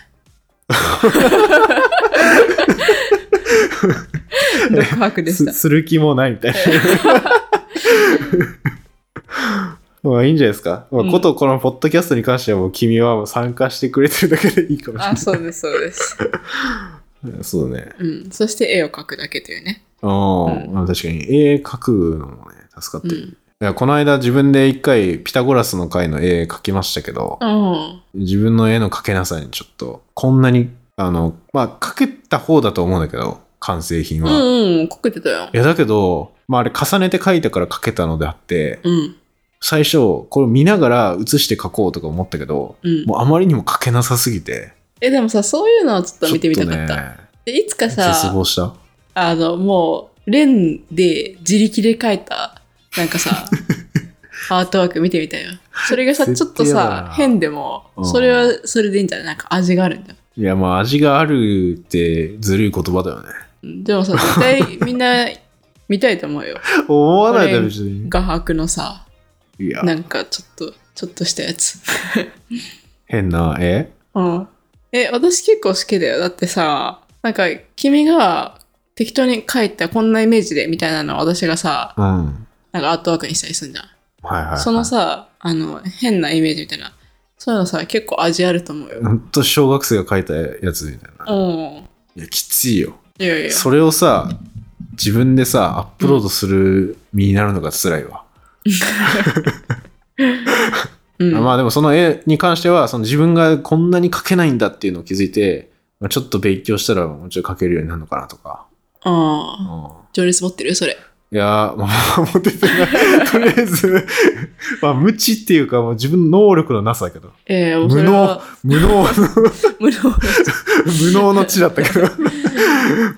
独白でし
す (laughs)
た
する気もないみ
(laughs)
たいな。まあいいんじゃないですか。まあ、
うん
ことこのポッドキャストに関してはもう君はもう参加してくれてるだけでいいかもしれ
あそうですそうです
ない。 (laughs) そうだね。
うん、そして絵を描くだけというね。
ああ、
うん
まあ確かに。絵描くのもね、助かって
う
る。
ん。
いやこの間自分で一回ピタゴラスの回の絵描きましたけど、
うん。
自分の絵の描けなさにちょっと、こんなに、あの、まあ描けた方だと思うんだけど、完成品
う
は。い
んうん、こけてたよ。
やだけど、まああれ重ねて描いたから描けたのであって、
うん。
最初これ見ながら写して描こうとか思ったけど、
うん。
もうあまりにも描けなさすぎて、
え、でもさ、そういうのをちょっ
ちょ
と見てみたかっ
と
た。
ね、
でいつか
絶
さ、
望した。
あの、もう、レンで自力で描いた、なんか
(laughs)
さ、アートワーク見てみたいよ。それがさ、ちょっと
絶対やだ
さ
な、
変でも
う、ん
それはそれでいいんじゃないなんか味があるんだよ。
いやまあ味があるってずるい言葉だよね。 (laughs)
うんでもさ、絶対みんな見たいと思うよ。 (laughs)
思わないだろ別に。
画伯のさ、
いや、
なんかちょっと、ちょっとしたやつ。
変な絵
うん。え、私結構好きだよ。だってさ、なんか君が適当に描いたこんなイメージでみたいなのを私がさ、
うん。はい
なんかアートワークにしたりするじゃん。
はい、はい。
そのさ、あの、変なイメージみたいな。そういうのさ、結構味あると思うよ。
ほんと小学生が描いたやつみたいな。
うん。
いや、きついよ。
いやいや。
それをさ、自分でさ、アップロードする身になるのが辛いわ。
うん。
まあでもその絵に関しては、その自分がこんなに描けないんだっていうのを気づいて、まあちょっと勉強したらもうちょい描けるようになるのかなとか。う
あ
ん
あ。情熱持ってるそれ。
いやー、まあ、持ててない。 (laughs) とりあえず、まあ、無知っていうか、もう自分の能力のなさだけど、
えー、もうそれ
無能
は、
無能の、 (laughs)
無能。
無能の知だったけ
(laughs)
ど、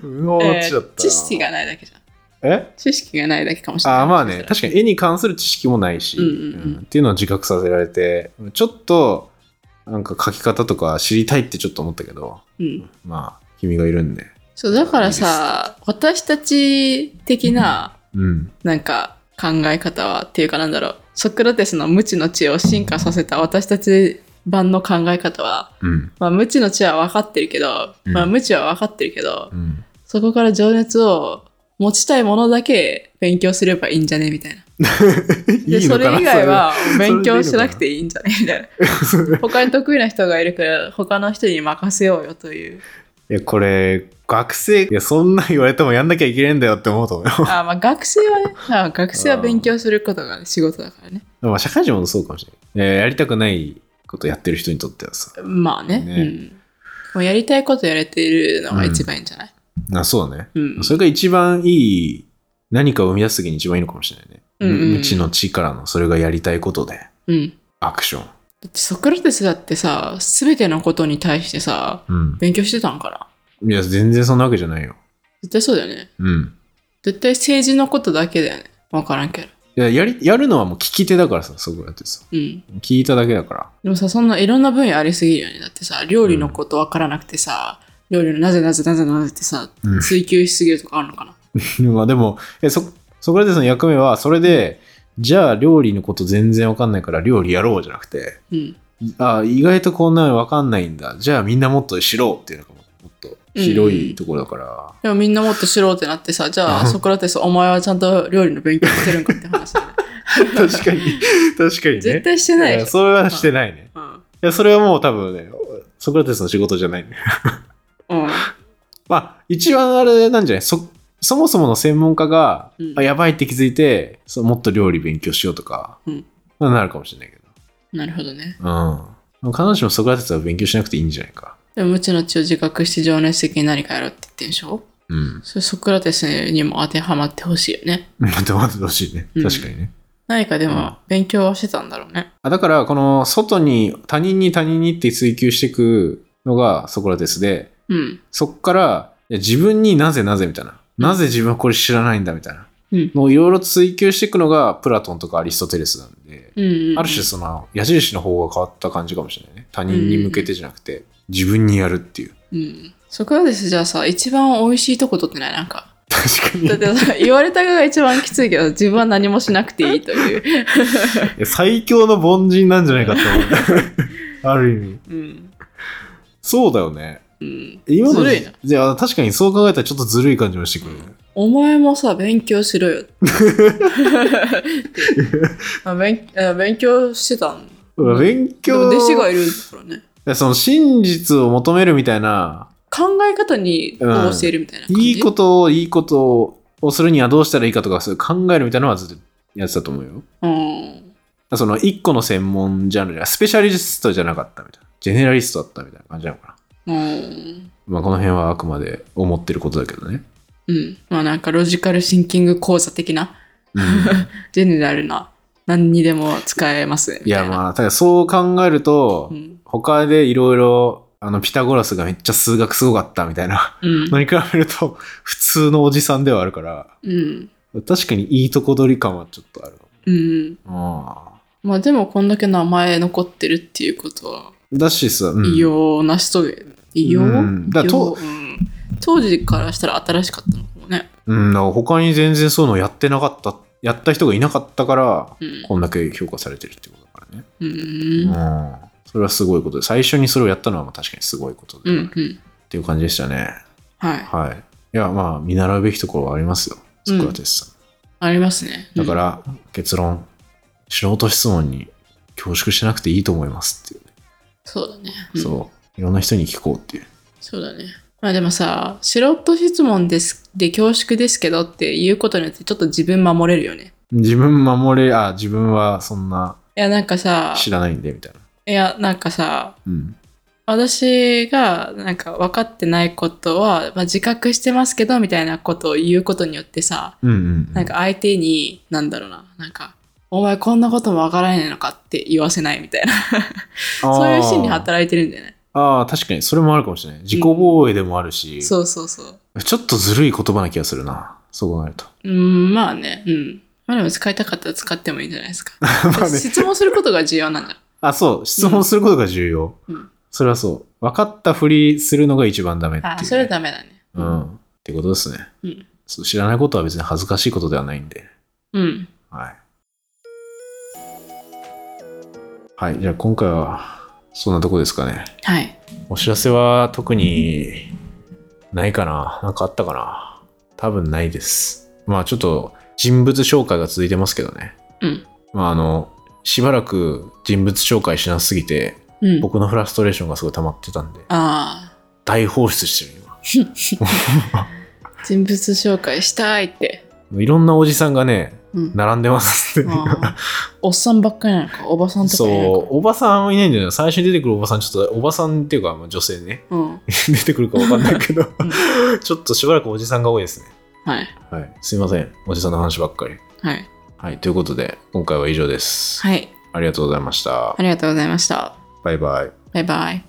無能の
え
知だったな、
ー知識がないだけじゃん。
え
知識がないだけかもしれない。
あーまあね確かに絵に関する知識もないし、
うんうんうん
っていうのを自覚させられてちょっとなんか書き方とか知りたいってちょっと思ったけど
に。うん。
まあ君がいるんで
そう、だからさ、私たち的な、
うん
なんか考え方はっていうかなんだろうソクラテスの無知の知恵を進化させた私たち版の考え方は、
うん
まあ、無知の知恵は分かってるけど、
うん
まあ、無知は分かってるけど、
うん
そこから情熱を持ちたいものだけ勉強すればいいんじゃねみたいな。で
いい
そ
の
れ
かな
以外は勉強し
それでいいのかな
なくていいんじゃねみたいな。
そ (laughs) れ
他に得意な人がいるから他の人に任せようよと
(laughs)
いう。
いやこれ学生いやそんなん言われてもやんなきゃいけないんだよって思うと思うよ (laughs)
あまあ学生はね、まあ学生は勉強することが仕事だからね。
まあ社会人もそうかもしれないいややりたくないことやってる人にとってはさ
まあね。
ね
うん。もうやりたいことやれてるのが一番いいんじゃない、
あそうだね
うん、
それが一番いい何かを生み出す時に一番いいのかもしれないね、
うんうん
無知の知からのそれがやりたいことで
うん。だ
アクション
ってソクラテスだってさ、すべてのことに対してさ、
うん。
勉強してたんかない
や、全然そんなわけじゃないよ。
絶対そうだよね。
うん。
絶対政治のことだけだよね。わからんけど。
いややりやるのはもう聞き手だからさ、そこやってさ。
うん。
聞いただけだから。
でもさ、そんないろんな分野ありすぎるよね。だってさ、料理のことわからなくてさ、料理のなぜなぜなぜなぜってさ、
うん
追求しすぎるとかあるのかな。
まあでも、えそソクラテスの役目は、それで、じゃあ料理のこと全然わかんないから料理やろうじゃなくて、
うん。
あ意外とこんなのわかんないんだ。じゃあみんなもっと知ろうっていうのがもっと広いところだから。
でもみんなもっと知ろうってなってさ、じゃあソクラテス、お前はちゃんと料理の勉強してるんかって話だ
(laughs)
ね。
確かに、確かにね。
絶対してない
い
で
や
しょ。
それはしてないね。
うん。
いや、それはもう多分ね、ソクラテスの仕事じゃないね。
うん。
まあ、一番あれなんじゃないそ、そもそもの専門家が、
うん
あ、やばいって気づいて、そうもっと料理勉強しようとか、
うん
なるかもしれないけど。
なるほどね。
うん。必ずしもソクラテスは勉強しなくていいんじゃないか。
でも無知の知を自覚して情熱的に何かやろうって言ってんでしょ
うん。
それソクラテスにも当てはまってほしいよね。
待って待ってほしいね。
うん
確かにね。
何かで
うん
も勉強はしてたんだろうね。
あだから、この外に、他人に他人にって追求していくのがソクラテスで、
うん。
そっから、いや自分になぜなぜみたいな。なぜ自分はこれ知らないんだみたいな。
うん。
のをいろいろ追求していくのがプラトンとかアリストテレスなんで、
うんうんうん
ある種その矢印の方が変わった感じかもしれないね。他人に向けてじゃなくて、自分にやるっていう。
うん。ソクラテスじゃあさ、一番美味しいとこ取ってないなんか。
確かに
(laughs) だっ。てさ言われた側が一番きついけど、自分は何もしなくていいという。
いや最強の凡人なんじゃないかと思う。
(laughs)
ある意味。
うん。
そうだよね。
うん。
今の
ずるいな
じゃあ確かにそう考えたらちょっとずるい感じもしてくるね。
お前もさ、勉強しろよ。あ (laughs) 勉あ勉強してたんうん
勉
でも
強
弟子がいるんだからね。
その真実を求めるみたいな、
考え方にどう教えるみたいな感じ、
いいことをいいことをするにはどうしたらいいかとか、そういう考えるみたいなのはずっとやってたと思うよ。
うん。
その一個の専門ジャンルじゃ、スペシャリストじゃなかったみたいな。ジェネラリストだったみたいな感じなのかな。
うん。
まあこの辺はあくまで思ってることだけどね。
うん。まあなんかロジカルシンキング講座的な、 (laughs)
うん、
ジェネラルな、何にでも使えます。
いや
あ。
まあ、ただそう考えると、
うん。
他でいろいろ、あの、ピタゴラスがめっちゃ数学すごかったみたいな
うん
の。に比べると、 (laughs) 普通のおじさんではあるから、
うん。
確かにいいとこ取り感はちょっとあるか
うん。
も。
まあでもこんだけ名前残ってるっていうことは、
うんだしさ、うん
異様な人で、異様、
うんだからと
異様うん当時からしたら新しかったのかもね。
うん、だから他に全然そういうのやってなかった、やった人がいなかったから、
うん。
こんだけ評価されてるってことだからね。
うん。
う
うん
ん。それはすごいことで、最初にそれをやったのはまあ確かにすごいことで、
う
っ
ん。
ていう感じでしたね。
はい。
はい。いや、まあ、見習うべきところはありますよ、ソクラテスさん。
ありますね。
だから、結論、素人質問に恐縮しなくていいと思いますっていうね、
そうだね。うん
そう。いろんな人に聞こうっていう。
そうだね。まあでもさ、素人質問ですで恐縮ですけどっていうことによってちょっと自分守れるよね。
自分守れ、あ、自分はそんない
やなんかさ、
知らないんで、みたいな。
いやなんかさ、
うん。
私がなんか分かってないことは、まあ、自覚してますけどみたいなことを言うことによってさ、
うんうん、うん。
なんか相手に、なんだろうな、なんか、お前こんなことも分からないのかって言わせないみたいな。
あー、
そういう心理働いてるんだよね。
ああ、確かに、それもあるかもしれない。自己防衛でもあるし、
そうそうそう。
ちょっとずるい言葉な気がするな。そう考えると。
うん、まあね、うん。まあでも使いたかったら使ってもいいんじゃないですか。
(laughs) まあね
質問することが重要なん
(laughs)
だ。
あ、そう、質問することが重要。
うん
それはそう。分かったふりするのが一番ダメっていう、
あー、それはダメだね。
うん。ってことですね。
うん
そう知らないことは別に恥ずかしいことではないんで。
うん。
はい。はい、じゃあ今回はそんなとこですかね。
はい。
お知らせは特にないかななんかあったかな多分ないです。まあちょっと人物紹介が続いてますけどね。
うん。
まああの、しばらく人物紹介しなすぎて、
うん。
僕のフラストレーションがすごい溜まってたんで、
あ
大放出してる今。 (laughs)
あ。人物紹介したいって。
いろんなおじさんがね、
うん。
並んでますって。
あーおっさんばっかりなのか、おばさんとか
そ
いなの
う、おばさんはいないんだよね。最初に出てくるおばさん、ちょっとおばさんっていうか、まあ、女性ね、 (laughs)
か。うん。
出てくるかわかんないけど、ちょっとしばらくおじさんが多いですね。
はい。
はい、すいません、おじさんの話ばっかり。
はい。
はい、ということで、今回は以上です。
はい。
ありがとうございました
あ。りがとうございました。
バイバイ。
バイバイ。